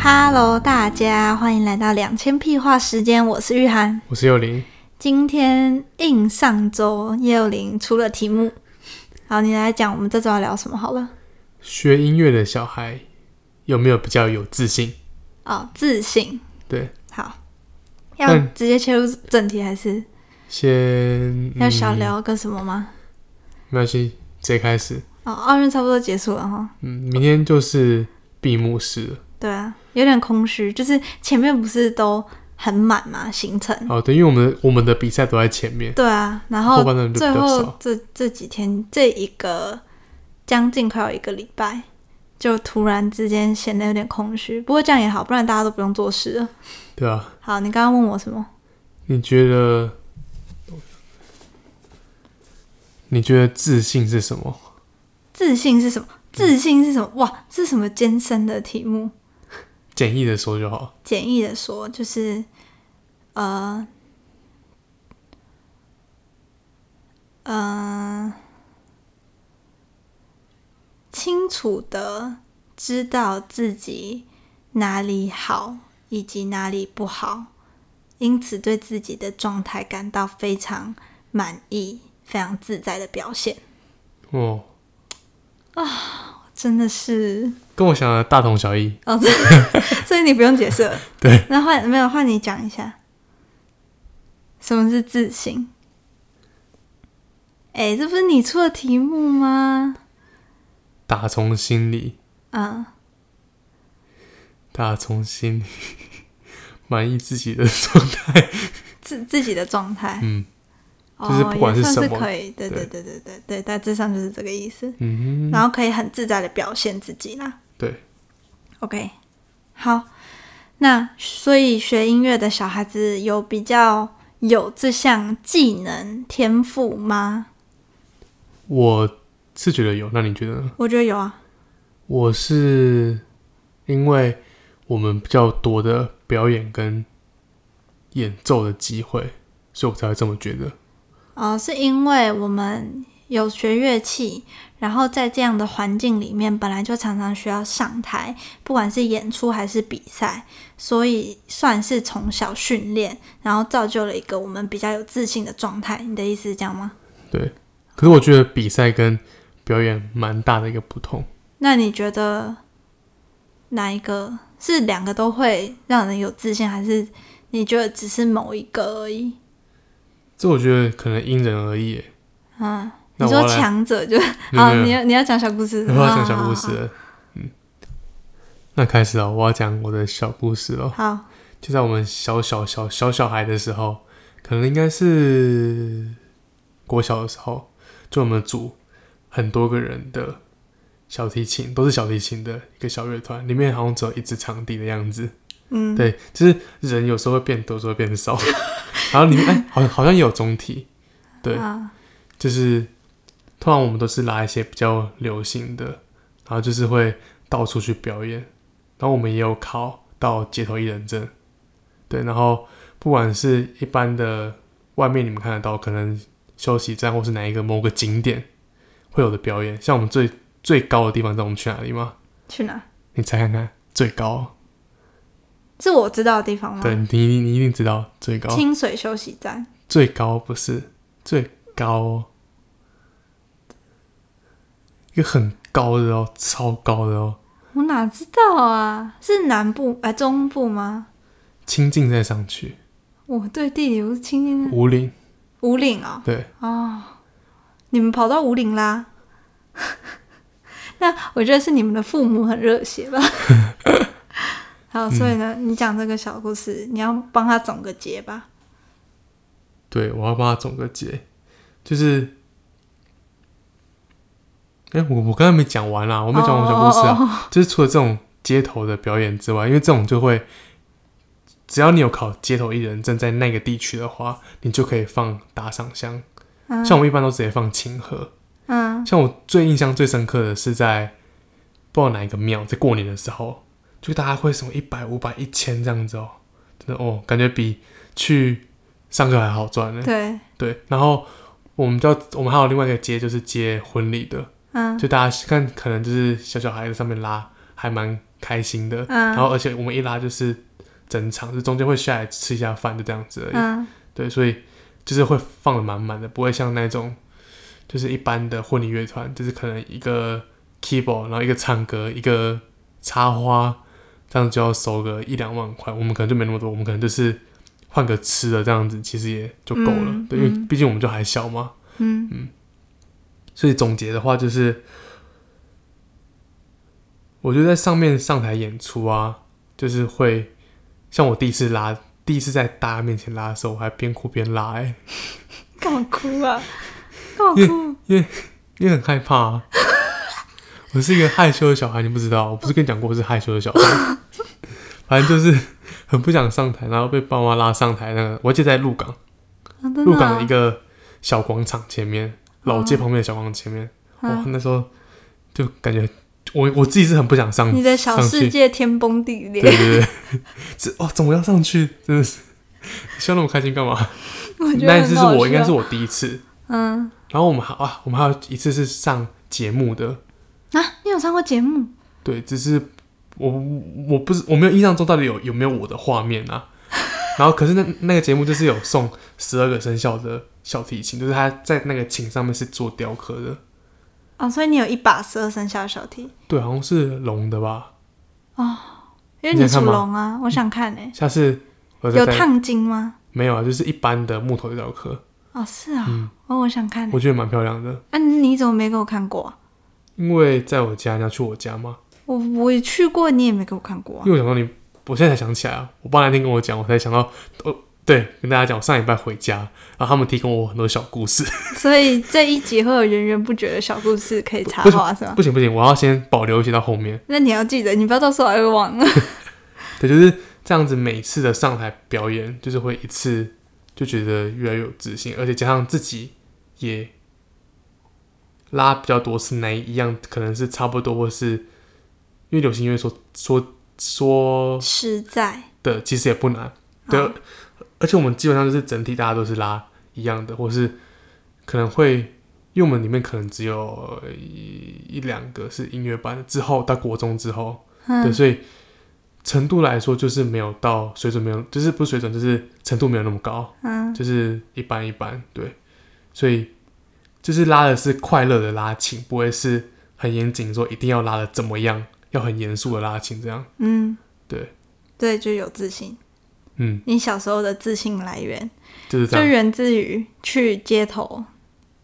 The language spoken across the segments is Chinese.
Hello，大家欢迎来到两千屁话时间，我是玉涵。我是幼林，今天应上周叶有林出了题目，好，你来讲我们这周要聊什么好了。学音乐的小孩有没有比较有自信？哦，自信，对，好，要嗯直接切入正题还是先要小、嗯聊个什么吗？没关系，直接开始。哦，奥运差不多结束了哈。嗯，明天就是闭幕式了。对啊，有点空虚，就是前面不是都很满嘛，行程。哦，对，因为我们的我们的比赛都在前面，对啊，嗯然后后半段就最比较后少。这这几天，这一个将近快有一个礼拜，就突然之间显得有点空虚。不过这样也好，不然大家都不用做事了。对啊，好，你刚刚问我什么？你觉得？你觉得自信是什么？自信是什么？自信是什么？哇，这是什么艰深的题目？简易的说就好。简易的说，就是呃呃，清楚的知道自己哪里好以及哪里不好，因此对自己的状态感到非常满意、非常自在的表现，哦，真的是跟我想的大同小异。哦，这 所以你不用解释了。对，那换没有换你讲一下，什么是自信？哎，这不是你出的题目吗？打从心里，嗯，打从心里 满意自己的状态。自自己的状态，嗯哦，就是不管是也算什是么可以，对对对对对对对，大致上就是这个意思。嗯哼，然后可以很自在的表现自己啦。对， OK，好，那所以学音乐的小孩子有比较有这项技能天赋吗？我是觉得有，那你觉得呢？我觉得有啊，我是因为我们比较多的表演跟演奏的机会，所以我才会这么觉得。哦，是因为我们有学乐器，然后在这样的环境里面，本来就常常需要上台，不管是演出还是比赛，所以算是从小训练，然后造就了一个我们比较有自信的状态。你的意思是这样吗？可是我觉得比赛跟表演蛮大的一个不同。那你觉得哪一个是两个都会让人有自信，还是你觉得只是某一个而已？这我觉得可能因人而异耶。嗯，那你我要说来，强者就 没有啊，没你有，要你要讲小故事，我要讲小故好事了。嗯，那开始啊，我要讲我的小故事喽。好。好好就在我们小小小小小孩的时候，可能应该是国小的时候，就我们组很多个人的小提琴，都是小提琴的一个小乐团，里面好像只有一支长笛的样子。嗯，对，就是人有时候会变多，有时候会变少， 然后里面哎，好像好像也有中提，对，啊，就是通常我们都是拉一些比较流行的，然后就是会到处去表演，然后我们也有考到街头艺人证，对，然后不管是一般的外面你们看得到，可能休息站或是哪一个某个景点会有的表演，像我们最最高的地方，知道我们去哪里吗？去哪？你猜看看，最高，是我知道的地方吗？对，你你你一定知道最高，清水休息站最高不是最高、哦，一个很高的哦，超高的哦，我哪知道啊？是南部哎、中部吗？清境再上去，我对地理我是清清的五岭，五岭哦对，哦，你们跑到五岭啦？ 那我觉得是你们的父母很热血 吧。嗯好，所以呢，你讲这个小故事，你要帮他总个结吧。对，我要帮他总个结，就是，哎、我我刚才没讲完啦，我没讲完我小故事啊，哦哦哦就是除了这种街头的表演之外，因为这种就会，只要你有考街头艺人证在那个地区的话，你就可以放打赏箱，嗯像我们一般都直接放清河，嗯像我最印象最深刻的是在不知道哪一个庙，在过年的时候，就大家会什么一百、五百、一千这样子哦，真的哦，感觉比去上课还好赚呢。对，对，然后我们叫我们还有另外一个接，就是接婚礼的，嗯就大家看可能就是小小孩在上面拉，还蛮开心的。嗯然后而且我们一拉就是整场，就中间会下来吃一下饭，就这样子而已。嗯对，所以就是会放的满满的，不会像那种就是一般的婚礼乐团，就是可能一个 keyboard，然后一个唱歌，一个插花，这样就要收个一两万块。我们可能就没那么多，我们可能就是换个吃的这样子，其实也就够了。嗯对，因为嗯毕竟我们就还小嘛。嗯所以总结的话就是，我觉得在上面上台演出啊，就是会像我第一次拉，第一次在大家面前拉的时候，我还边哭边拉、欸，干嘛哭啊？干嘛 哭？因为很害怕、啊。 我是一个害羞的小孩，你不知道，我不是跟你讲过我是害羞的小孩， 反正就是很不想上台，然后被爸妈拉上台。那个，我记得在鹿港，啊嗯真鹿港的一个个小广场前面，老街旁边的小广场前面，嗯哇，那时候就感觉我我自己是很不想上你的小世界天崩地裂，对对对， 这哦，怎么要上去？真的是笑那么开心干嘛？我觉得那一很次是好我应该笑是我第一次，嗯然后我们还啊，我们还有一次是上节目的，啊，你有上过节目？对，只是我我不是我没有印象中到底有有没有我的画面 啊。然后可是那那个节目就是有送十二个生肖的小提琴，就是他在那个琴上面是做雕刻的，哦，所以你有一把十二生肖的小提，对，好像是龙的吧？因为你你想属看吗龙啊，我想看诶、下次我再有带烫金吗？没有啊，就是一般的木头雕刻，哦，是啊、嗯哦，我想看、欸。我觉得蛮漂亮的。啊，你怎么没给我看过啊、因为在我家，你要去我家吗？我我也去过，你也没给我看过、啊 因。为我想到你，我现在才想起来啊，我爸那天跟我讲，我才想到，哦，对，跟大家讲，我上礼拜回家，然后他们提供我很多小故事。所以这一集会有源源不绝的小故事可以插不是话是 吗？不行不行，我要先保留一些到后面。那你要记得，你不要到时候还会忘了。对，就是这样子，每次的上台表演，就是会一次就觉得越来越有自信，而且加上自己也拉比较多次那一样，可能是差不多，或是因为流行音乐说说说实在，的其实也不难。对，哦而且我们基本上就是整体大家都是拉一样的，或是可能会，因为我们里面可能只有呃一一两个是音乐班，之后到国中之后，对，嗯所以程度来说就是没有到水准，没有就是不是水准，就是程度没有那么高，嗯就是一般一般，对，所以就是拉的是快乐的拉琴，不会是很严谨说一定要拉的怎么样，要很严肃的拉琴这样，嗯，对，对，就有自信。嗯，你小时候的自信来源就是这就样，源自于去街头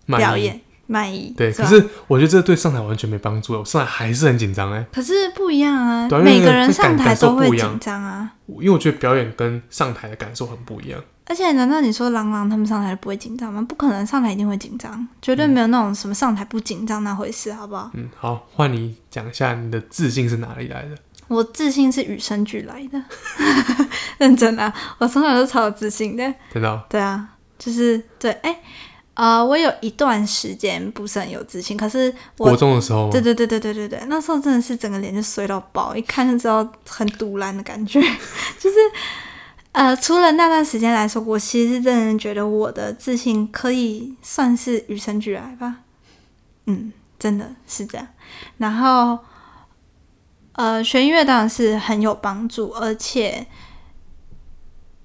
满意表演卖艺，对，吧可是我觉得这对上台完全没帮助。我上台还是很紧张哎，可是不一样啊对啊，因为每个人上那个台感都感受会不一样紧张啊。因为我觉得表演跟上台的感受很不一样。而且，难道你说郎朗他们上台不会紧张吗？不可能，上台一定会紧张，绝对没有那种什么上台不紧张那回事，好不好？嗯，好，换你讲一下你的自信是哪里来的？我自信是与生俱来的， 认真啊，我从小就超有自信的。真的哦、对啊，就是对，哎、呃，我有一段时间不是很有自信，可是我国中的时候吗对对对对对对对，那时候真的是整个脸就衰到爆，一看就知道很堵烂的感觉。 就是呃，除了那段时间来说，我其实是真的觉得我的自信可以算是与生俱来吧。嗯，真的是这样。然后呃，学音乐当然是很有帮助，而且。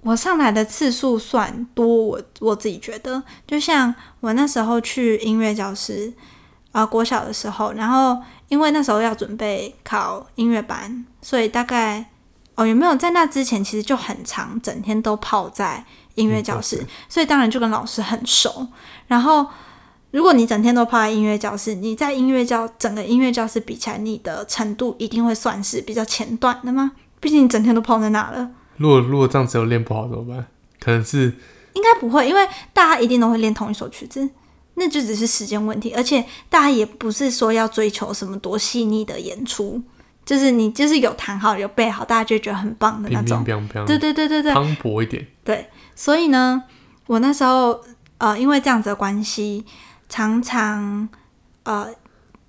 我上台的次数算多，我我自己觉得，就像我那时候去音乐教室，啊，国小的时候，然后因为那时候要准备考音乐班，所以大概哦有没有在那之前其实就很长，整天都泡在音乐教室，嗯所以当然就跟老师很熟。然后如果你整天都泡在音乐教室，你在音乐教整个音乐教室比起来，你的程度一定会算是比较前段的吗？毕竟你整天都泡在那了。如果如果这样子有练不好怎么办？可能是应该不会，因为大家一定都会练同一首曲子，那就只是时间问题。而且大家也不是说要追求什么多细腻的演出，就是你就是有弹好有背好，大家就觉得很棒的乒那乒种。乓乓，对对对对对，磅礴一点。所以呢，我那时候呃，因为这样子的关系，常常呃，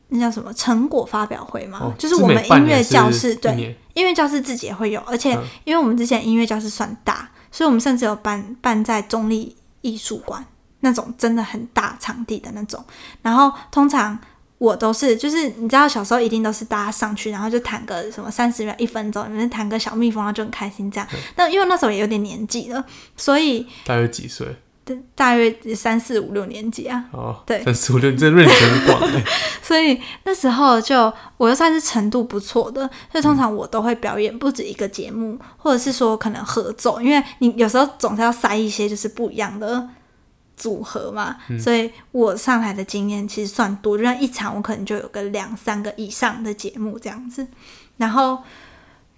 那叫什么成果发表会嘛，啊哦，就是我们每半音年乐是教室对一年音乐教室自己也会有，而且嗯因为我们之前音乐教室算大，所以我们甚至有办办在中立艺术馆那种真的很大场地的那种。然后通常我都是，就是你知道小时候一定都是大家上去，然后就弹个什么三十秒、一分钟，你们弹个小蜜蜂，然后就很开心这样。但因为那时候也有点年纪了，所以大约几岁？大约三四五六年级啊，哦，对三十五六，你这认真逛、 欸，所以那时候就我又算是程度不错的，所以嗯通常我都会表演不止一个节目，或者是说可能合奏，因为你有时候总是要塞一些就是不一样的组合嘛。嗯所以我上台的经验其实算多，就像一场我可能就有个两三个以上的节目这样子，然后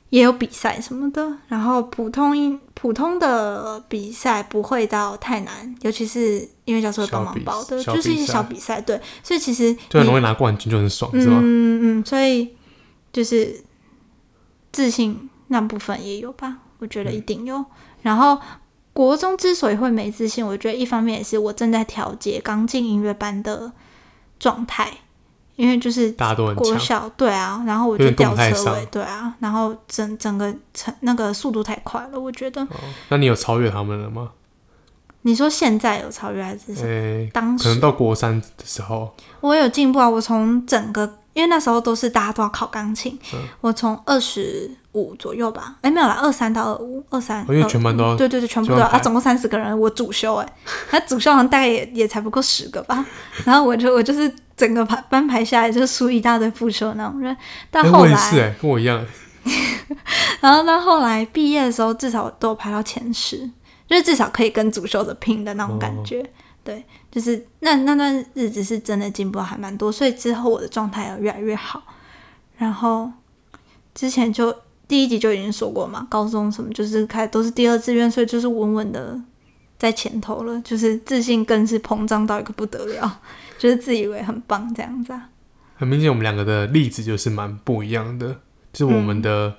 也有比赛什么的，然后普通音普通的比赛不会到太难，尤其是因为教授会帮小忙比报的，小就是一比些赛小比赛，对，所以其实就很你容易拿冠军，就很爽，是吧？嗯嗯，所以就是自信那部分也有吧，我觉嗯得一定有。然后国中之所以会没自信，我觉得一方面也是我正在调节刚进音乐班的状态，因为就是大家都很国强，小对啊，然后我有就点掉动态车上尾，对啊，然后整整个成那个速度太快了，我觉得哦，那你有超越他们了吗？你说现在有超越还是什诶、么？当可能时到国三的时候，我有进步啊！我从整个，因为那时候都是大家都要考钢琴，嗯我从二十五左右吧，哎、没有啦，二三到二五，二三，哦因为全班都要对对对，全部都要全班啊，排总共三十个人，我主修哎、 那主修好像大概也也才不够十个吧，然后我就我就是整个排班排下来就输一大堆副修那种人，到哎、后我来，也是、哎，跟我一样、然后到后来毕业的时候，至少都有排到前十，就是至少可以跟主修的拼的那种感觉。对，就是那那段日子是真的进步还蛮多，所以之后我的状态有越来越好。然后之前就第一集就已经说过嘛，高中什么就是开都是第二志愿，所以就是稳稳的在前头了，就是自信更是膨胀到一个不得了， 就是自以为很棒这样子啊。很明显，我们两个的例子就是蛮不一样的，就是我嗯们的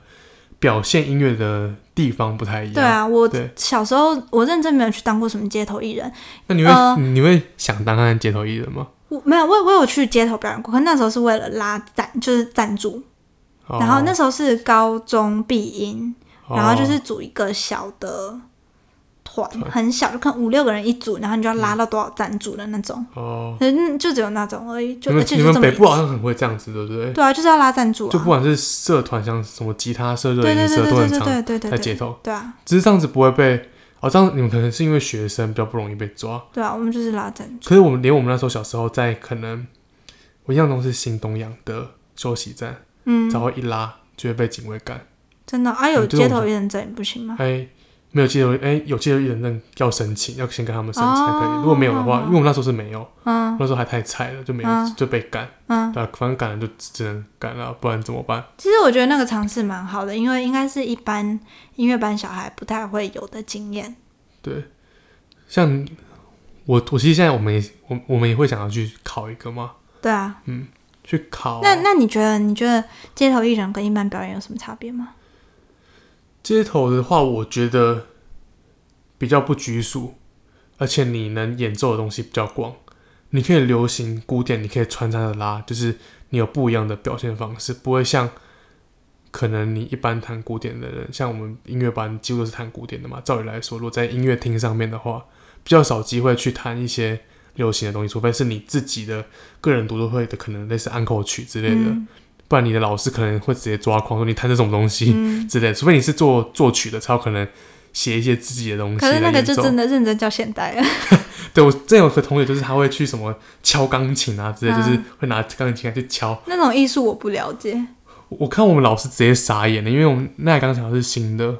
表现音乐的地方不太一样。对，啊，我对小时候我认真没有去当过什么街头艺人，那你会、呃你会想当看街头艺人吗？我没有，我我有去街头表演过，可那时候是为了拉赞，就是赞助。哦然后那时候是高中毕音，哦然后就是组一个小的团，很小，就可能五六个人一组，然后你就要拉到多少赞助的那种，嗯哦，嗯，就只有那种而已，就而你们且你就这们么北一部好次。像很会这样子，对不对？对啊，就是要拉赞助啊，就不管是社团，像什么吉他社、热对对音对社，对都对很对常对对对在对，街头。对啊只是这样子不会被哦，这样你们可能是因为学生比较不容易被抓。对啊，我们就是拉赞助。可是我们连我们那时候小时候在可能，我印象中是新东阳的休息站，嗯只，要一拉就会被警卫赶。真的啊，有嗯就是我街们头艺人证也不行吗？哎、没有街头，哎、有街头艺人证要申请，要先跟他们申请才可以。如果没有的话，因为我们那时候是没有，哦嗯那时候还太菜了，就没有、嗯就被赶。嗯，对啊，反正赶了就只只能赶了，不然怎么办？其实我觉得那个尝试蛮好的，因为应该是一般音乐班小孩不太会有的经验。对，像我，我其实现在我们也我我们也会想要去考一个嘛，对啊，去考。那那你觉得你觉得街头艺人跟一般表演有什么差别吗？街头的话，我觉得比较不拘束，而且你能演奏的东西比较广。你可以流行、古典，你可以穿插着拉，就是你有不一样的表现方式，不会像可能你一般弹古典的人，像我们音乐班几乎都是弹古典的嘛。照理来说，如果在音乐厅上面的话，比较少机会去弹一些流行的东西，除非是你自己的个人独奏会的，可能类似安口曲之类的，嗯不然你的老师可能会直接抓狂说你弹这种东西。嗯，之类的，除非你是做作曲的，才有可能写一些自己的东西可是来那个演就奏。真的认真叫现代了。 对我真有个同学，就是他会去什么敲钢琴啊之类，嗯就是会拿钢琴来去敲。那种艺术我不了解我我看我们老师直接傻眼了，因为我们那台钢琴好像是新的，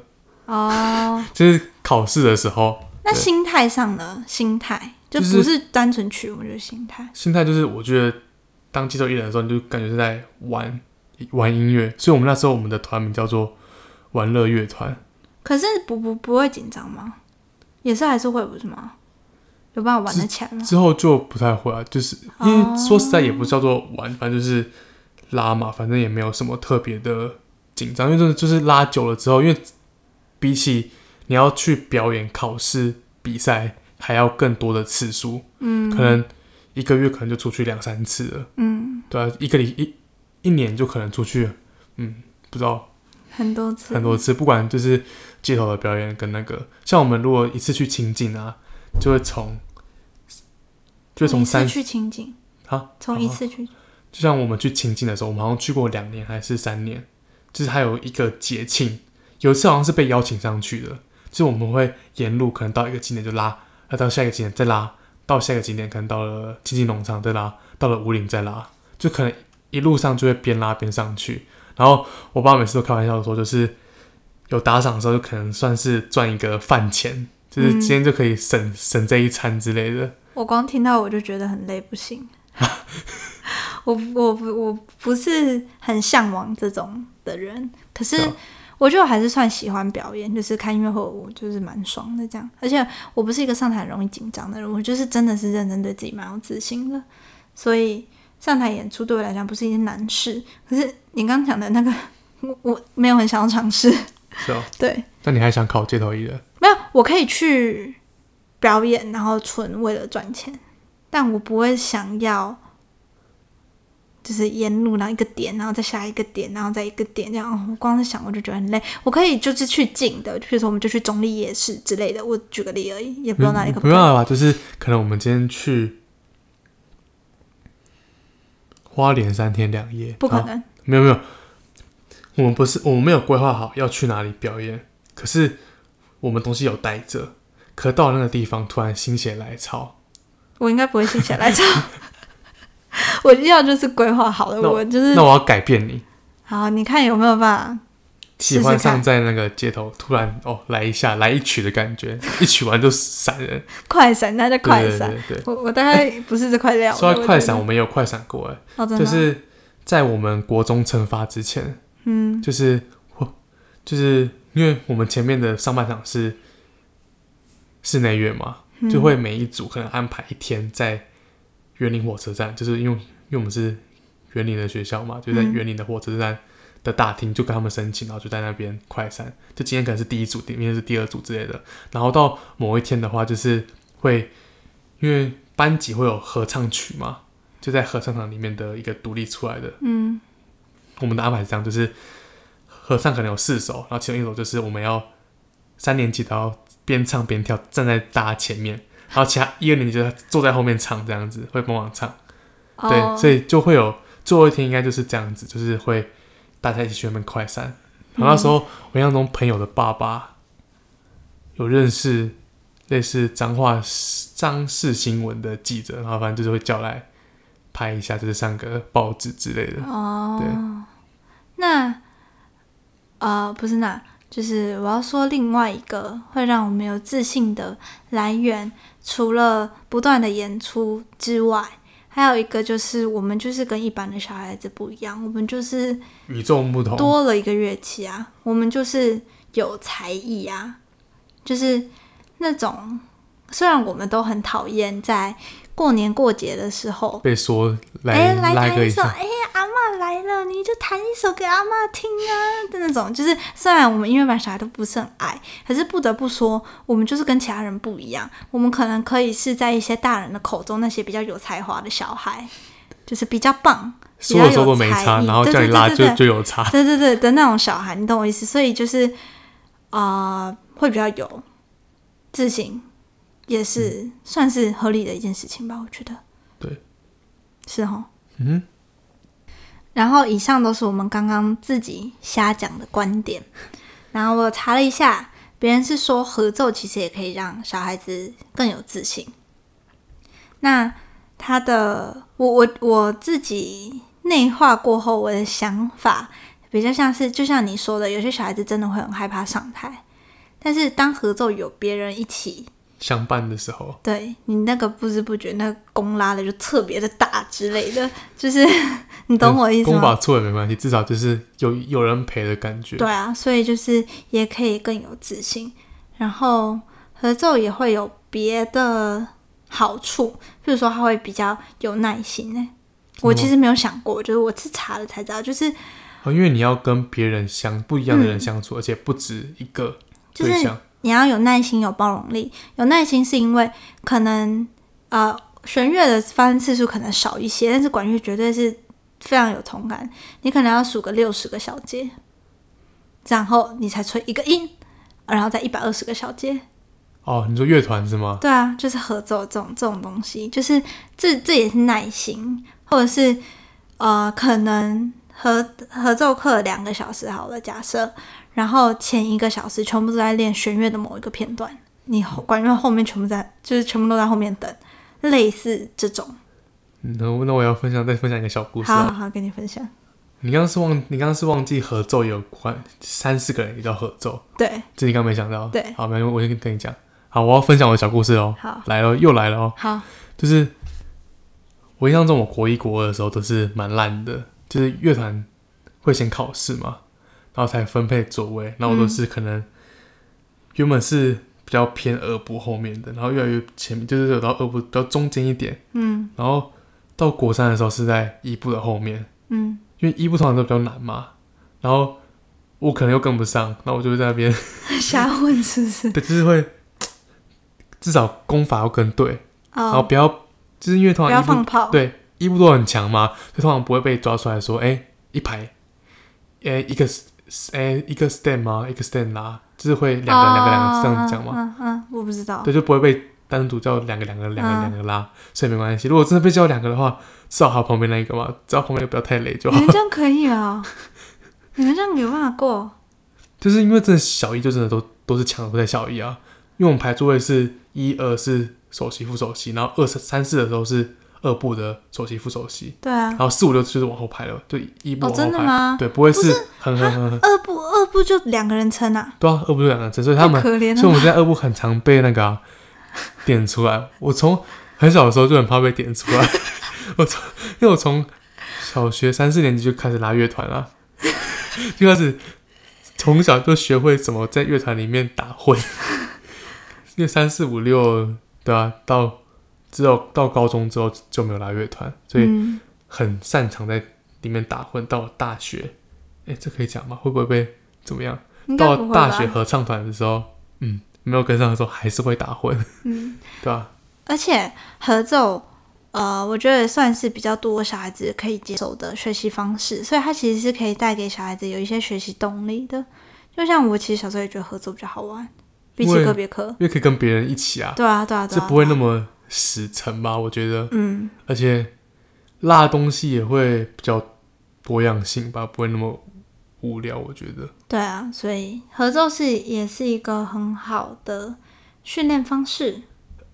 哦。就是考试的时候， 那对心态上呢？心态就就是不是单纯曲目，就是心态。心态就是我觉得当街头艺人的时候，你就感觉是在玩玩音乐，所以我们那时候我们的团名叫做玩乐乐团。可是不不不会紧张吗？也是还是会不是吗？有办法玩得起来吗？之后就不太会啊，就是因哦为说实在也不叫做玩，反正就是拉嘛，反正也没有什么特别的紧张，因为真的就是拉久了之后，因为比起你要去表演、考试、比赛，还要更多的次数，嗯可能一个月可能就出去两三次了，嗯，对啊，一个礼一一年就可能出去，嗯，不知道很多次，很多次，不管就是街头的表演跟那个，像我们如果一次去清境啊，就会从就会一从哦次三去情景啊从一次去，就像我们去清境的时候，我们好像去过两年还是三年，就是还有一个节庆，有一次好像是被邀请上去的，就是我们会沿路可能到一个景点就拉，要到下一个景点再拉，到下一个景点可能到了清境农场再拉，到了五岭再拉，就可能一路上就会边拉边上去。然后我爸每次都开玩笑说，就是有打赏的时候，就可能算是赚一个饭钱，就是今天就可以省、省这一餐之类的。我光听到我就觉得很累，不行。 我我不我不是很向往这种的人，可是对啊我觉得我还是算喜欢表演，就是看音乐会我就是蛮爽的这样。而且我不是一个上台很容易紧张的人，我就是真的是认真对自己蛮有自信的，所以上台演出对我来讲不是一件难事。可是你刚讲的那个，我我没有很想要尝试，是哦，对。那你还想考街头艺人？没有，我可以去表演，然后纯为了赚钱，但我不会想要就是沿路然后一个点，然后再下一个点，然后再一个点这样。哦我光是想我就觉得很累。我可以就是去近的，比如说我们就去中立夜市之类的，我举个例而已，嗯也不知道哪里可不没可以。办法，就是可能我们今天去花莲三天两夜，不可啊能，没有没有，我们不是我们没有规划好要去哪里表演，可是我们东西有带着，可到了那个地方突然心血来潮，我应该不会心血来潮。我要就是规划好了， 那我就是那我要改变你，好，你看有没有办法？试喜试欢上看在那个街头突然哦来一下来一曲的 感觉，一曲完就闪人，快闪，那就快对对闪。对对。我我大概不是这块料的。说到我快觉得闪，我们也有快闪过哎，哦，真的就吗是在我们国中惩罚之前，嗯就是我就是因为我们前面的上半场是室内乐嘛，嗯就会每一组可能安排一天在园林火车站，就是因为因为我们是园林的学校嘛，就在嗯园林的火车站的大厅，就跟他们申请，然后就在那边快闪。就今天可能是第一组，明天是第二组之类的。然后到某一天的话，就是会因为班级会有合唱曲嘛，就在合唱团里面的一个独立出来的嗯。我们的安排是这样，就是合唱可能有四首，然后其中一首就是我们要三年级都要边唱边跳，站在大家前面，然后其他一二年级就坐在后面唱，这样子会帮忙唱。哦对，所以以就会有最后一天应该就是这样子，就是会大家一起去那边快闪。然后那时候我印象中朋友的爸爸有认识类似彰化张氏新闻的记者，然后反正就是会叫来拍一下，就是上个报纸之类的。哦，那呃不是那，就是我要说另外一个会让我们有自信的来源，除了不断的演出之外，还有一个就是我们就是跟一般的小孩子不一样，我们就是与众不同，多了一个乐器啊，我们就是有才艺啊，就是那种虽然我们都很讨厌在过年过节的时候被说哎、来来拉弹个一一首，下，哎、阿嬷来了，你就弹一首给阿嬷听啊的那种。就是虽然我们音乐班小孩都不是很爱，可是不得不说，我们就是跟其他人不一样。我们可能可以是在一些大人的口中那些比较有才华的小孩，就是比较棒，比说较的时候有都没才差，艺然后对叫你对拉对就对就有差，对对对的那种小孩，你懂我意思？所以就是啊、呃会比较有自信，也是、算是合理的一件事情吧，我觉得。对，是哦。嗯，然后以上都是我们刚刚自己瞎讲的观点。然后我查了一下，别人是说合奏其实也可以让小孩子更有自信。那他的我我我自己内化过后，我的想法比较像是，就像你说的，有些小孩子真的会很害怕上台，但是当合奏有别人一起相伴的时候，对你那个不知不觉那个弓拉的就特别的大之类的，就是你懂我意思功吗？法错也没关系，至少就是有有人陪的感觉。对啊，所以就是也可以更有自信，然后合奏也会有别的好处，比如说他会比较有耐心呢、我其实没有想过，就是我是查了才知道，就是哦，因为你要跟别人相不一样的人相处，而且不止一个嗯就是对象，你要有耐心，有包容力。有耐心是因为可能呃弦乐的发生次数可能少一些，但是管乐绝对是非常有同感。你可能要数个六十个小节，然后你才吹一个音，然后再一百二十个小节。哦，你说乐团是吗？对啊，就是合奏这种这种东西，就是这这也是耐心，或者是呃，可能合合奏课两个小时好了，假设，然后前一个小时全部都在练弦乐的某一个片段，你后管乐后面全部在，就是全部都在后面等，类似这种。嗯那我那我要分享再分享一个小故事好啊。好好，跟你分享。你刚刚是忘你刚刚是忘记合奏有关三四个人也叫合奏， 对，这你刚没想到。对好，没有，我先跟你讲。好，我要分享我的小故事哦。好来了，又来了哦。好，就是我印象中，我国一国二的时候都是蛮烂的，就是乐团会先考试嘛，然后才分配座位，然嗯后我都是可能原本是比较偏二部后面的，然后越来越前面，就是有到二部比较中间一点，嗯然后到国三的时候是在一部的后面，嗯，因为一部通常都比较难嘛，然后我可能又跟不上，那我就会在那边 瞎混是不是？对，就是会至少功法要跟对，然后哦，不要就是因为通不常要一部放炮。对，伊布都很强嘛，所以通常不会被抓出来说，哎、一排，哎、一个，哎、一个 stand 吗？一个 stand 啦，就是会两个两个两个这样讲嘛，嘛。哦嗯嗯，我不知道。对，就不会被单独叫两个两个两个嗯两个啦，所以没关系。如果真的被叫两个的话，至少还有旁边那一个嘛，只要旁边那个不要太累就你好们。这样可以 啊、你们这样有办法过？就是因为真的小一就真的都都是强的在小一啊，因为我们排座位是一二是首席副首席，然后二三三四的时候是二部的首席副首席。对啊然。后四五六就是往后排了，就一部哦，往后真排的，吗？对，不会不是很很很很二部二部就两个人撑啊，对啊，二部就两个针，所以太他们，可怜啊所以我了。们在二部很常被那个啊、点出来。我从很小的时候就很怕被点出来， 我从因为我从小学三四年级就开始拉乐团了， 就开始从小就学会怎么在乐团里面打混，因为三四五六对啊，到只有到高中之后就没有拉乐团，所以嗯，很擅长在里面打混。到了大学，哎、这可以讲吗？会不会被怎么样？应该到不会吧大学合唱团的时候，嗯，没有跟上的时候还是会打混，嗯， 对吧、而且合奏，呃，我觉得算是比较多小孩子可以接受的学习方式，所以它其实是可以带给小孩子有一些学习动力的。就像我其实小时候也觉得合奏比较好玩，比因起为个别课。因为可以跟别人一起啊，对啊，对啊，对这啊。不会对那啊么死沉吧？我觉得，嗯，而且辣的东西也会比较多样性吧，不会那么无聊。我觉得，对啊，所以合奏是也是一个很好的训练方式。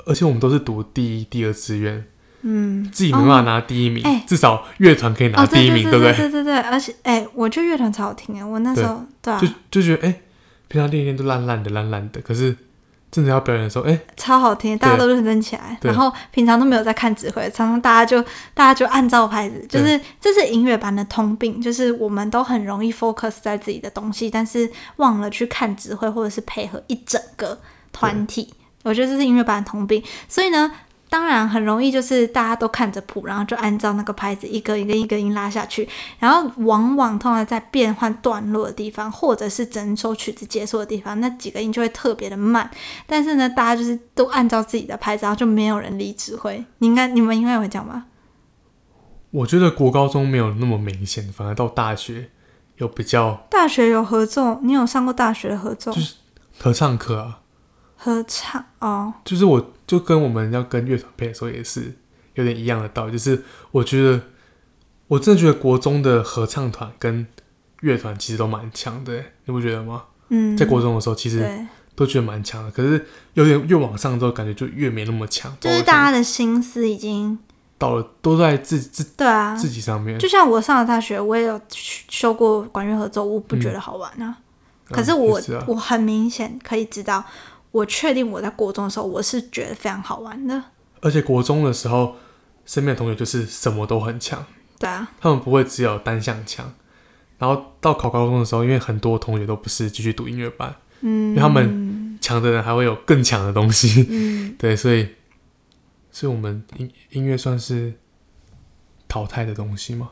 而且我们都是读第一、第二志愿，嗯，自己没办法拿第一名，哦哎至少乐团可以拿哦，第对一对名，对不对对对对，而且哎、我觉得乐团超好听哎，我那时候对啊，就就觉得，哎、平常练一练都烂烂的、烂烂的，可是真的要表演的时候，哎、超好听，大家都认真起来，对然后平常都没有在看指挥，常常大家就大家就按照拍子，就是这是音乐班的通病，就是我们都很容易 focus 在自己的东西，但是忘了去看指挥或者是配合一整个团体，我觉得这是音乐班的通病，所以呢。当然很容易，就是大家都看着谱，然后就按照那个拍子一个一个一个音拉下去，然后往往通常在变换段落的地方，或者是整首曲子结束的地方，那几个音就会特别的慢，但是呢，大家就是都按照自己的拍子，然后就没有人理指挥。你应该，你们应该也会讲吧？我觉得国高中没有那么明显，反而到大学有比较大学有合奏，你有上过大学的合奏、就是合唱课啊，合唱哦？就是我就跟我们要跟乐团配的时候也是有点一样的道理，就是我觉得我真的觉得国中的合唱团跟乐团其实都蛮强的欸，你不觉得吗？嗯，在国中的时候其实对，都觉得蛮强的，可是有点越往上之后感觉就越没那么强，就是大家的心思已经到了都在自自对啊。自己上面，就像我上了大学，我也有修过管乐合奏，我不觉得好玩啊。可是嗯我、也是啊我很明显可以知道，我确定我在国中的时候，我是觉得非常好玩的。而且国中的时候身边的同学就是什么都很强。对啊，他们不会只有单向强。然后到考高中的时候，因为很多同学都不是继续读音乐班，嗯，因为他们强的人还会有更强的东西， 嗯，对，所以，所以我们音音乐算是淘汰的东西吗？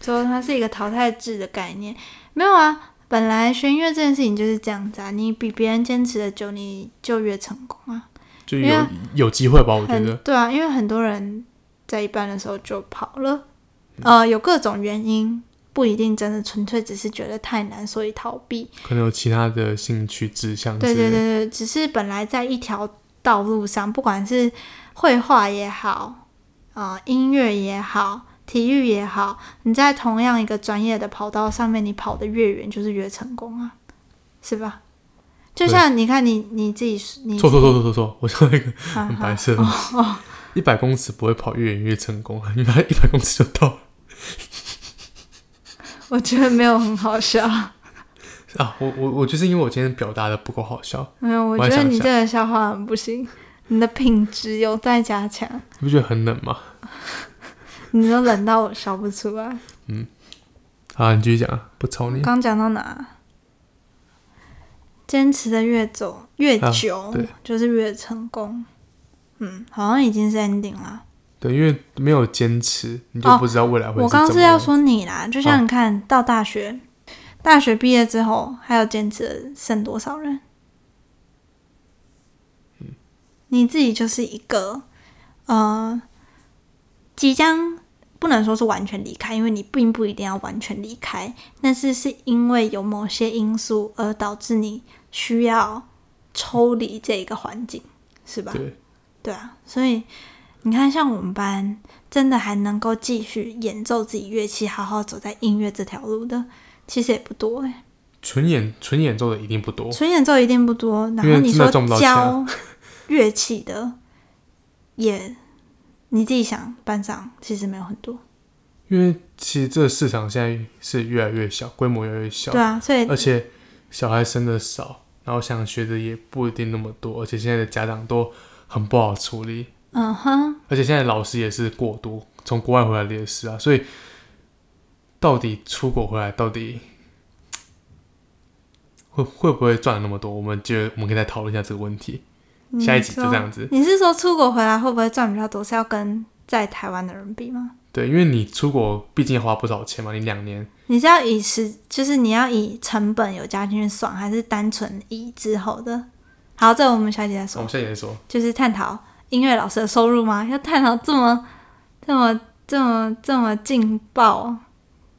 所以它是一个淘汰制的概念。没有啊，本来学音乐这件事情就是这样子啊，你比别人坚持的久，你就越成功啊。就因为有有机会吧，我觉很得，对啊，因为很多人在一半的时候就跑了，嗯呃，有各种原因，不一定真的纯粹只是觉得太难，所以逃避。可能有其他的兴趣志向之对类的。对对对，只是本来在一条呃道路上，不管是绘画也好，啊、音乐也好，体育也好，你在同样一个专业的跑道上面，你跑得越远就是越成功啊，是吧？就像你看你你自己你哦错错错错错错，我像一个很很白痴的东西。一百公尺不会跑越远越成功， 因为他一百公尺就到了我觉得没有很好笑， 啊！我我我就是因为我今天表达的不够好笑，没有，我我觉也得想你想这个笑话很不行，你的品质有待加强，你不觉得很冷吗？你都冷到我笑不出来。啊，你继续讲啊，不吵你。刚讲到哪？坚持的越走越啊久、对就是越成功。嗯，好像已经是 ending 了。对，因为没有坚持，你就哦不知道未来会我怎么刚样。刚是要说你啦，就啊像你看、到大学，大学毕业之后还有兼职的剩多少人？你自己就是一个呃，即将不能说是完全离开，因为你并不一定要完全离开，但是是因为有某些因素而导致你需要抽离这一个环境，是吧？对，对啊，所以你看，像我们班真的还能够继续演奏自己乐器，好好走在音乐这条路的，其实也不多哎、纯演纯演奏的一定不多，纯演奏一定不多，然因后为你真的说赚不到钱教啊乐器的也，你自己想，班长其实没有很多，因为其实这个市场现在是越来越小，规模越来越小对，啊，所以而且小孩生的少，然后想学的也不一定那么多，而且现在的家长都很不好处理，嗯哼，而且现在老师也是过多，从国外回来的也是啊，所以到底出国回来到底会会不会赚那么多？我们觉得我们可以再讨论一下这个问题，下一集就这样子。你是说出国回来会不会赚比较多，是要跟在台湾的人比吗？对，因为你出国毕竟花不少钱嘛，你两年你是要以时，就是你要以成本有加进去算，还是单纯以之后的？好，这我们下期再我说们。现在也说，就是探讨音乐老师的收入吗？要探讨这么、这么、这么、这么劲爆？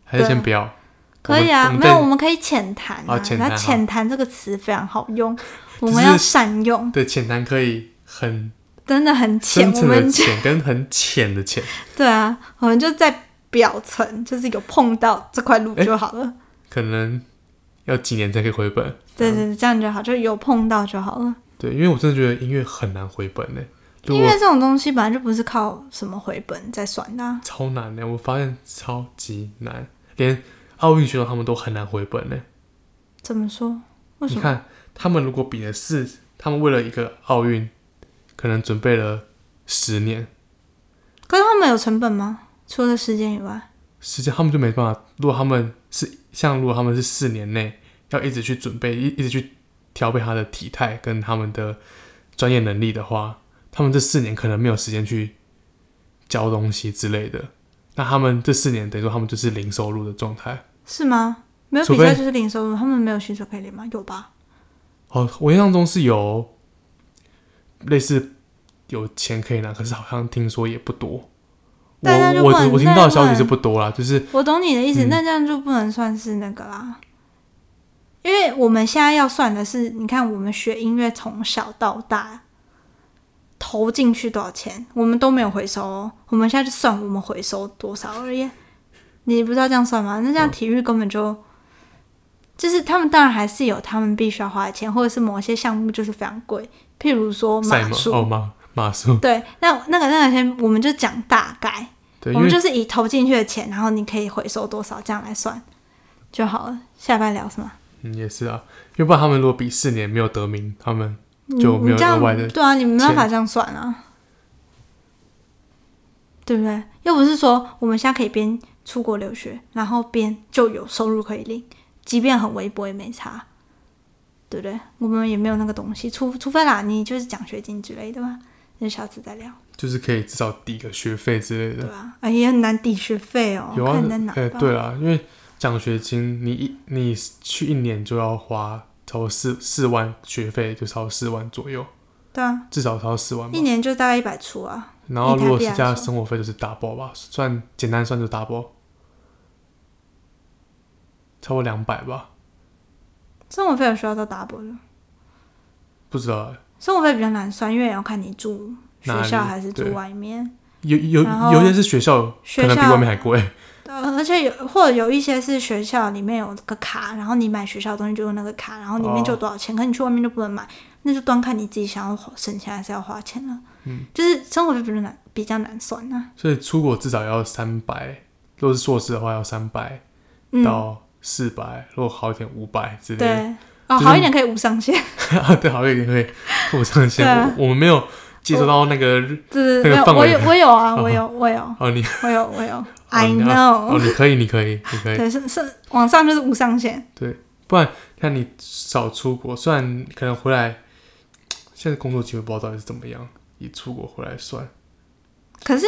还是对先不要。可以啊，我们没有，我对们可以浅谈啊。哦浅谈那好浅谈这个词非常好用，我是们要善用，对浅谈可以很真的很浅。深我层的们浅跟很浅的浅，对啊，我们就在表层，就是有碰到这块路哎就好了。可能要几年才可以回本。对对对，这样就好，就有碰到就好了。对，因为我真的觉得音乐很难回本呢、如因果为这种东西本来就不是靠什么回本在算的、啊，超难呢、我发现超级难，连奥运选手他们都很难回本呢、怎么说？为什你么？看，他们如果比了四，他们为了一个奥运，可能准备了十年可是他们有成本吗？除了时间以外，时间，他们就没办法。如果他们是像如果他们是四年内要一直去准备，一一直去调配他的体态跟他们的专业能力的话，他们这四年可能没有时间去教东西之类的。那他们这四年等于说他们就是零收入的状态。是吗？没有除比非赛就是零收入，他们没有薪水可以领吗？有吧？哦，我印象中是有类似有钱可以拿，可是好像听说也不多。我大家就我不能我听到的消再息是问不多啦，就是我懂你的意思，嗯那这样就不能算是那个啦。因为我们现在要算的是，你看我们学音乐从小到大投进去多少钱，我们都没有回收、哦。我们现在就算我们回收多少而已。你不知道这样算吗？那这样体育根本就、就是他们当然还是有他们必须要花的钱，或者是某些项目就是非常贵，譬如说赛马马术。哦马马术，对，那那个那个先，我们就讲大概。对，我们因为就是以投进去的钱，然后你可以回收多少，这样来算就好了。下班聊什么？嗯也是啊，因为不然他们如果比四年没有得名，他们你就没有你这样额外的对啊，你没办法这样算啊，对不对？又不是说我们现在可以边出国留学，然后边就有收入可以领，即便很微薄也没差，对不对？我们也没有那个东西，除除非啦，你就是奖学金之类的嘛，那下次再聊，就是可以至少抵个学费之类对的。吧、啊？也很难抵学费哦，有啊看你在哪，吧。哎、对啦，因为奖学金你一你去一年就要花超过四四万学费，就超过四万左右，对啊，至少超过四万吧一。年就大概一百出啊。然后以如台果币是来加说生活费就是 double 吧，算简单算就 double，超过两百吧，生活费有需要到 double 的，不知道欸生活费比较难算，因为也要看你住学哪里校还是住对外面。有有然后有一些是学校学可能比校外面还贵， 呃，而且有或者有一些是学校里面有个卡，然后你买学校的东西就用那个卡，然后里面就有多少钱，可你去外面就不能买，那就端看你自己想要省钱还是要花钱了。嗯，就是生活费比较难比较难算啊。所以出国至少要三百，如果是硕士的话要三百嗯，到四百，如果好一点五百之类的。对，哦，就是好一点可以无上限， 啊，对，好一点会互上线。对啊我我们没有接收到那个日对对那个对，范我围有我有啊， 哦我有我有哦，你我有我有，I 你哦， know，你可以，你可以，你可以。对，是是往上就是无上限，看你少出国，虽然可能回来，现在工作机会不知道到底是怎么样，以出国回来算，可是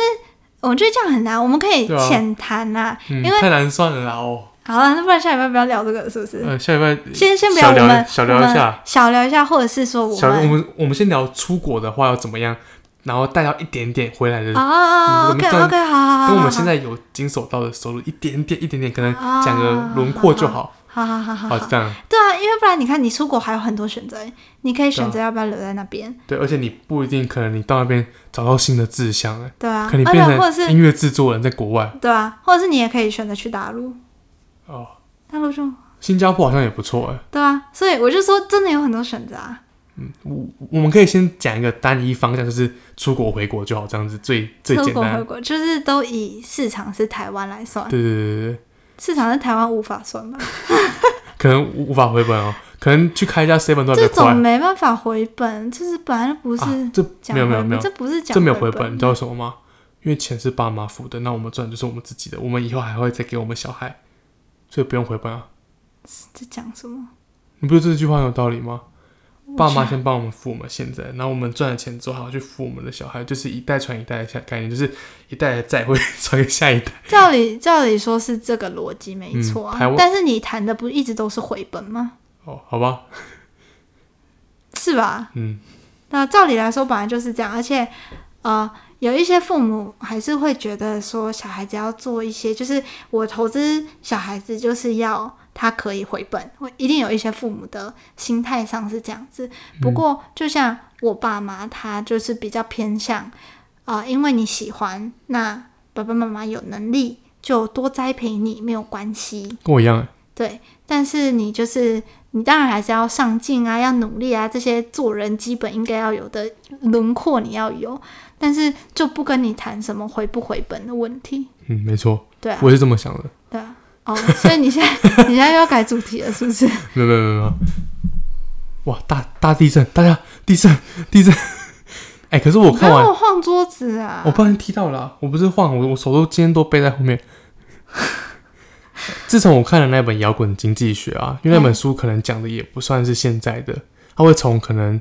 我觉得这样很难，我们可以对啊浅谈啦。嗯，因为太难算了啦哦。好了，那不然下礼拜不要聊这个了，是不是？呃，下礼拜先先不要，小我聊们小聊一下，小聊一下，或者是说我小我们们我们先聊出国的话要怎么样，然后带到一点点回来的，啊我们，OK 这样 OK，好好好，嗯跟我们现在在有经手到的收入一点点一点点，可能讲个轮廓就好，好好好好好好，这样。对啊，因为不然你看你出国还有很多选择，你可以选择要不要留在那边，对，而且你不一定可能你到那边找到新的志向，哎、对啊可能，你而变且或者成是音乐制作人在国外对啊，或者是你也可以选择去大陆，哦，大陆就新加坡好像也不错，哎，对啊，所以我就说真的有很多选择啊，我我们可以先讲一个单一方向，就是出国回国就好，这样子最最出简国回单。国就是都以市场是台湾来算，对对对对对，市场是台湾无法算吧，可能无无法回本哦，可能去开一家 seven 都还这比较快种。没办法回本，就是本来就不是啊，这讲没有没有回没有，这不是讲这没有回回本，你知道为什么吗？因为钱是爸妈付的，那我们赚的就是我们自己的，我们以后还会再给我们小孩，所以不用回本啊。这讲什么？你不觉得这句话很有道理吗？爸妈我觉先帮我们付我们现在，然后我们赚了钱之后还要去付我们的小孩，就是一代传一代的下概念，就是一代的债会 传给下一代。得照理照理说是这个逻辑没错嗯台啊，湾但是你谈的不一直都是回本吗？哦，好吧，是吧？嗯，那照理来说本来就是这样，而且呃，有一些父母还是会觉得说小孩子要做一些，就是我投资小孩子就是要他可以回本，会一定有一些父母的心态上是这样子。不过就像我爸妈，他就是比较偏向呃，因为你喜欢，那爸爸妈妈有能力就多栽培你没有关系。跟我一样欸，对，但是你就是你当然还是要上进啊，要努力啊，这些做人基本应该要有的轮廓你要有，但是就不跟你谈什么回不回本的问题，嗯，没错，对啊，我也是这么想的。对啊。哦，所以你现在你现在又要改主题了，是不是？没有没有没有没有，哇，大大地震，大家地震地震，哎、可是我看然完，后晃桌子啊我！不然踢到了啊、我不是晃，我我手都今天都背在后面。自从我看了那本《摇滚经济学》啊，因为那本书可能讲的也不算是现在的，它会从可能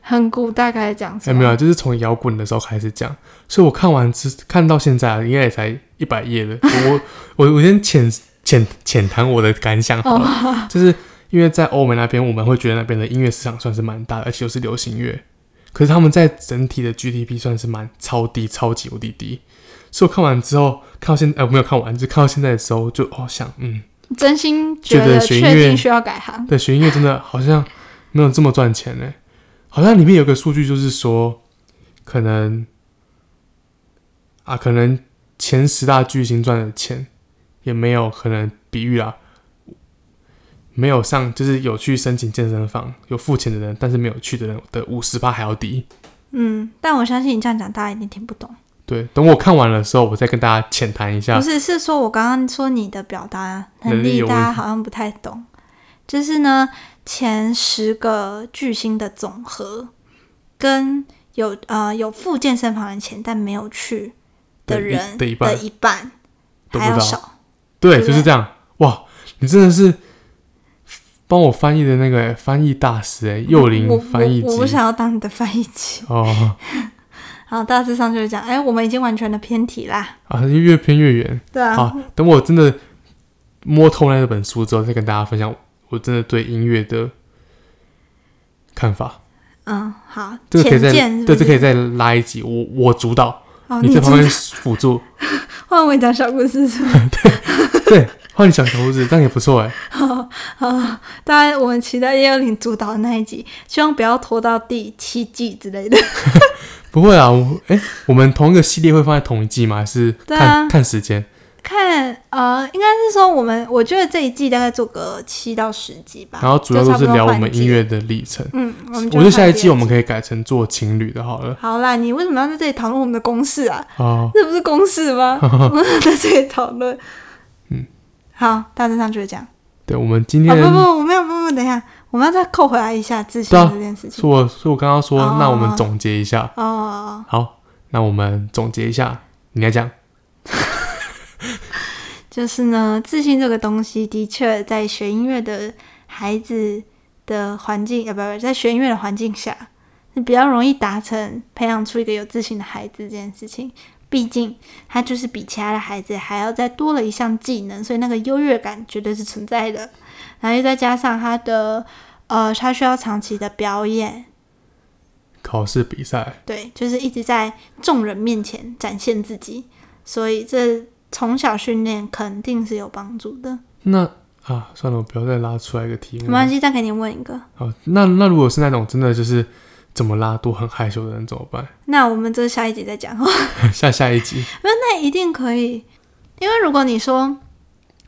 很古代开始讲什哎、么？没有啊，就是从摇滚的时候开始讲，所以我看完之看到现在啊，应该也才一百页了。我我我先浅浅浅谈我的感想好了，就是因为在欧美那边，我们会觉得那边的音乐市场算是蛮大的，而且又是流行乐，可是他们在整体的 GDP 算是蛮超低，超级无敌低。所以我看完之后，看到现呃没有看完，就看到现在的时候就，哦想嗯，真心觉觉得得学确音乐定需要改行。对，学音乐真的好像没有这么赚钱呢。好像里面有个数据，就是说，可能啊，可能前十大巨星赚的钱也没有，可能比喻啊，没有上就是有去申请健身房有付钱的人，但是没有去的人的五十趴还要低。嗯，但我相信你这样讲，大家一定听不懂。对，等我看完了之后，我再跟大家浅谈一下不。是，是说我刚刚说你的表达啊能能力力，有大问家题好像不太懂。就是呢，前十个巨星的总和，跟有呃有付健身房的钱但没有去的的一人的一半都不还要到少。对，对就是这样。哇，你真的是帮我翻译的那个欸翻译大师哎，幼林我我翻译我机不想要当你的翻译机。哦好，大致上就是这样。哎，我们已经完全的偏题啦。啊，越偏越远。对啊，好，等我真的摸透那本书之后，再跟大家分享我真的对音乐的看法。嗯，好，这个可以再浅见是不对，是这可以再拉一集，我我主导，哦，你你在旁边主辅助。 换我讲小故事是吗？对，换你讲小故事，这样也不错哎。好，好，当然我们期待叶幽灵主导的那一集，希望不要拖到第七季之类的。 不不会啊，我哎、我们同一个系列会放在同一季吗？还是对看、啊看时间？看，呃，应该是说我们，我觉得这一季大概做个七到十集吧，然后主要都就是差不多聊我换们季音。乐的历程。嗯，我们我觉得下一换季我们第可以改成做情侣的好了二季。好啦，你为什么要在这里讨论我们的公式 啊？哦，这不是公式吗？我们在这里讨论。嗯，好，大致上就是这样。对，我们今啊、天、不不，我没有，不不，等一下，我们要再扣回来一下自信对啊这件事情。是我是我刚刚说，哦那我们总结一下。哦哦，哦好，那我们总结一下，你来讲。就是呢，自信这个东西的确在学音乐的孩子的环境，呃，不不，在学音乐的环境下是比较容易达成培养出一个有自信的孩子这件事情。毕竟他就是比其他的孩子还要再多了一项技能，所以那个优越感绝对是存在的。然后又再加上他的呃，他需要长期的表演，考试比赛，对，就是一直在众人面前展现自己，所以这从小训练肯定是有帮助的。那啊，算了，我不要再拉出来一个题没目。关系，再给你问一个。好，那那如果是那种真的就是怎么拉都很害羞的人怎么办？ 那我们这下一集再讲哦。下下一集 那一定可以，因为如果你说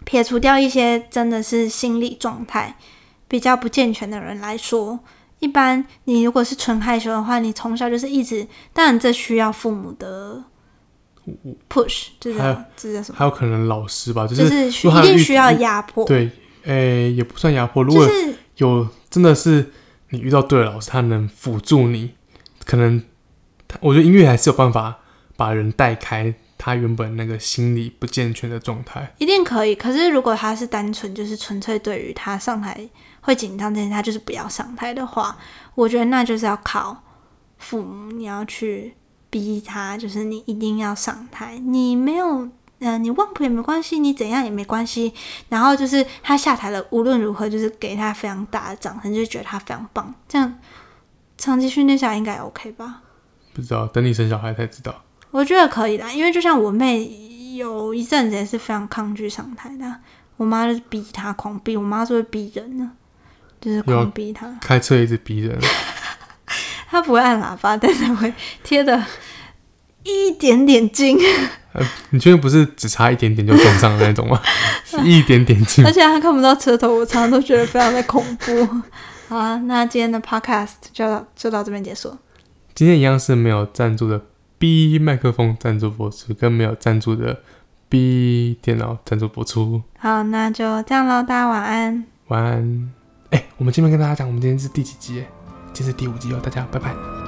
撇除掉一些真的是心理状态比较不健全的人来说，一般你如果是纯害羞的话，你从小就是一直，当然这需要父母的 push，这还叫这叫什么？还有可能老师吧，就就是是需如果一他定遇需要压迫，对，诶、也不算压迫。如就果是有真的是你遇到对的老师，他能辅助你，可能他我觉得音乐还是有办法把人带开他原本那个心理不健全的状态。一定可以。可是如果他是单纯就是纯粹对于他上台会紧张这件事，他就是不要上台的话，我觉得那就是要靠父母，你要去逼他，就是你一定要上台，你没有。嗯、你忘谱也没关系，你怎样也没关系。然后就是他下台了，无论如何就是给他非常大的掌声，就觉得他非常棒。这样长期训练下来应该 OK 吧？不知道，等你生小孩才知道。我觉得可以的，因为就像我妹有一阵子也是非常抗拒上台的，我妈就是逼她狂逼，我妈是会逼人呢，就是有狂逼她。开车一直逼人， 她不会按喇叭，但是会贴的一点点近， 呃你确定不是只差一点点就撞上的那种吗？是一点点进而且她看不到车头，我常常都觉得非常的恐怖。 好啊，那今天的 podcast 就到就到这边结束。今天一样是没有赞助的 B 麦克风赞助播出，跟没有赞助的 B 电脑赞助播出。好，那就这样喽，大家晚安。晚安。哎、我们今天跟大家讲，我们今天是第几集耶？今天是第五集哦，大家拜拜。